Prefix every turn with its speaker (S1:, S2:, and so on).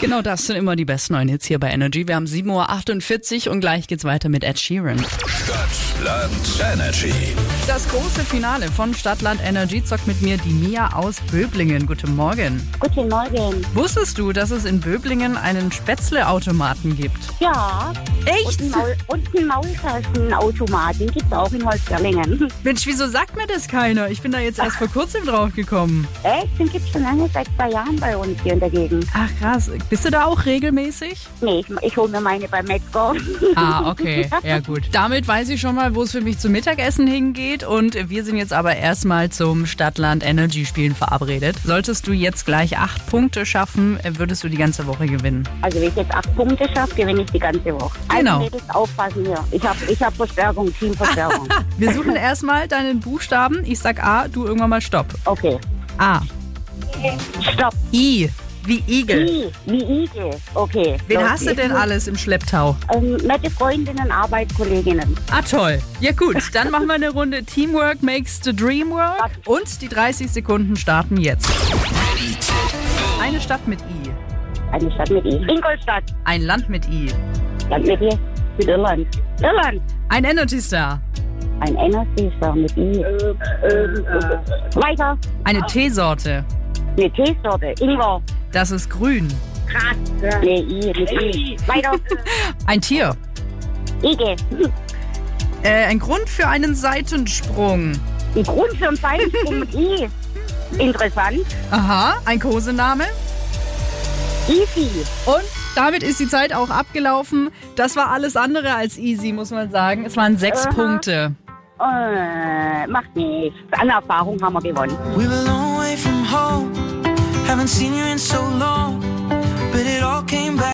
S1: Genau, das sind immer die besten neuen Hits hier bei Energy. Wir haben 7.48 Uhr und gleich geht's weiter mit Ed Sheeran.
S2: Stadtland Energy.
S1: Das große Finale von Stadtland Energy zockt mit mir die Mia aus Böblingen. Guten Morgen.
S3: Guten Morgen.
S1: Wusstest du, dass es in Böblingen einen Spätzle-Automaten gibt?
S3: Ja.
S1: Echt?
S3: Und einen Maul und einen Maultaschenautomaten gibt es auch in Holsterlingen.
S1: Mensch, wieso sagt mir das keiner? Ich bin da jetzt erst vor kurzem drauf gekommen.
S3: Echt? Den gibt es schon lange, seit zwei Jahren bei uns hier in der Gegend.
S1: Ach krass, bist du da auch regelmäßig?
S3: Nee, ich, ich hole mir meine bei Metzger.
S1: Ah, okay, ja gut. Damit weiß ich schon mal, wo es für mich zum Mittagessen hingeht und wir sind jetzt aber erstmal zum Stadtland Energy Spielen verabredet. Solltest du jetzt gleich acht Punkte schaffen, würdest du die ganze Woche gewinnen.
S3: Also wenn ich jetzt acht Punkte schaffe, gewinne ich die ganze Woche.
S1: Genau.
S3: Also Mädels, aufpassen hier. Ich habe ich hab Verstärkung, Teamverstärkung.
S1: Wir suchen erstmal deinen Buchstaben. Ich sag A, du irgendwann mal Stopp.
S3: Okay.
S1: A.
S3: Stopp.
S1: I. Wie Igel.
S3: I, wie Igel. Okay.
S1: Äh. Wen
S3: Los
S1: hast du
S3: geht's.
S1: denn alles im Schlepptau?
S3: Ähm, nette Freundinnen, Arbeitskolleginnen.
S1: Ah, toll. Ja, gut. Dann machen wir eine Runde Teamwork makes the dream work. Und die 30 Sekunden starten jetzt. Eine Stadt mit I.
S3: Eine Stadt mit I. Ingolstadt.
S1: Ein Land mit I.
S3: Land mit I. Südirland. Irland.
S1: Ein Energy Star.
S3: Ein Energy Star mit I. Weiter.
S1: Eine Teesorte.
S3: Eine Teesorte. Ingwer.
S1: Das ist grün.
S3: Krass. Nee, I. Mit I. Weiter.
S1: Ein Tier.
S3: Igel.
S1: Äh, ein Grund für einen Seitensprung.
S3: Ein Grund für einen Seitensprung mit I. Interessant.
S1: Aha, ein Kosename.
S3: Easy.
S1: Und damit ist die Zeit auch abgelaufen. Das war alles andere als easy, muss man sagen. Es waren sechs Punkte.
S3: Äh, macht nichts. An Erfahrung haben wir gewonnen.
S4: We were a long way from home. Haven't seen you in so long.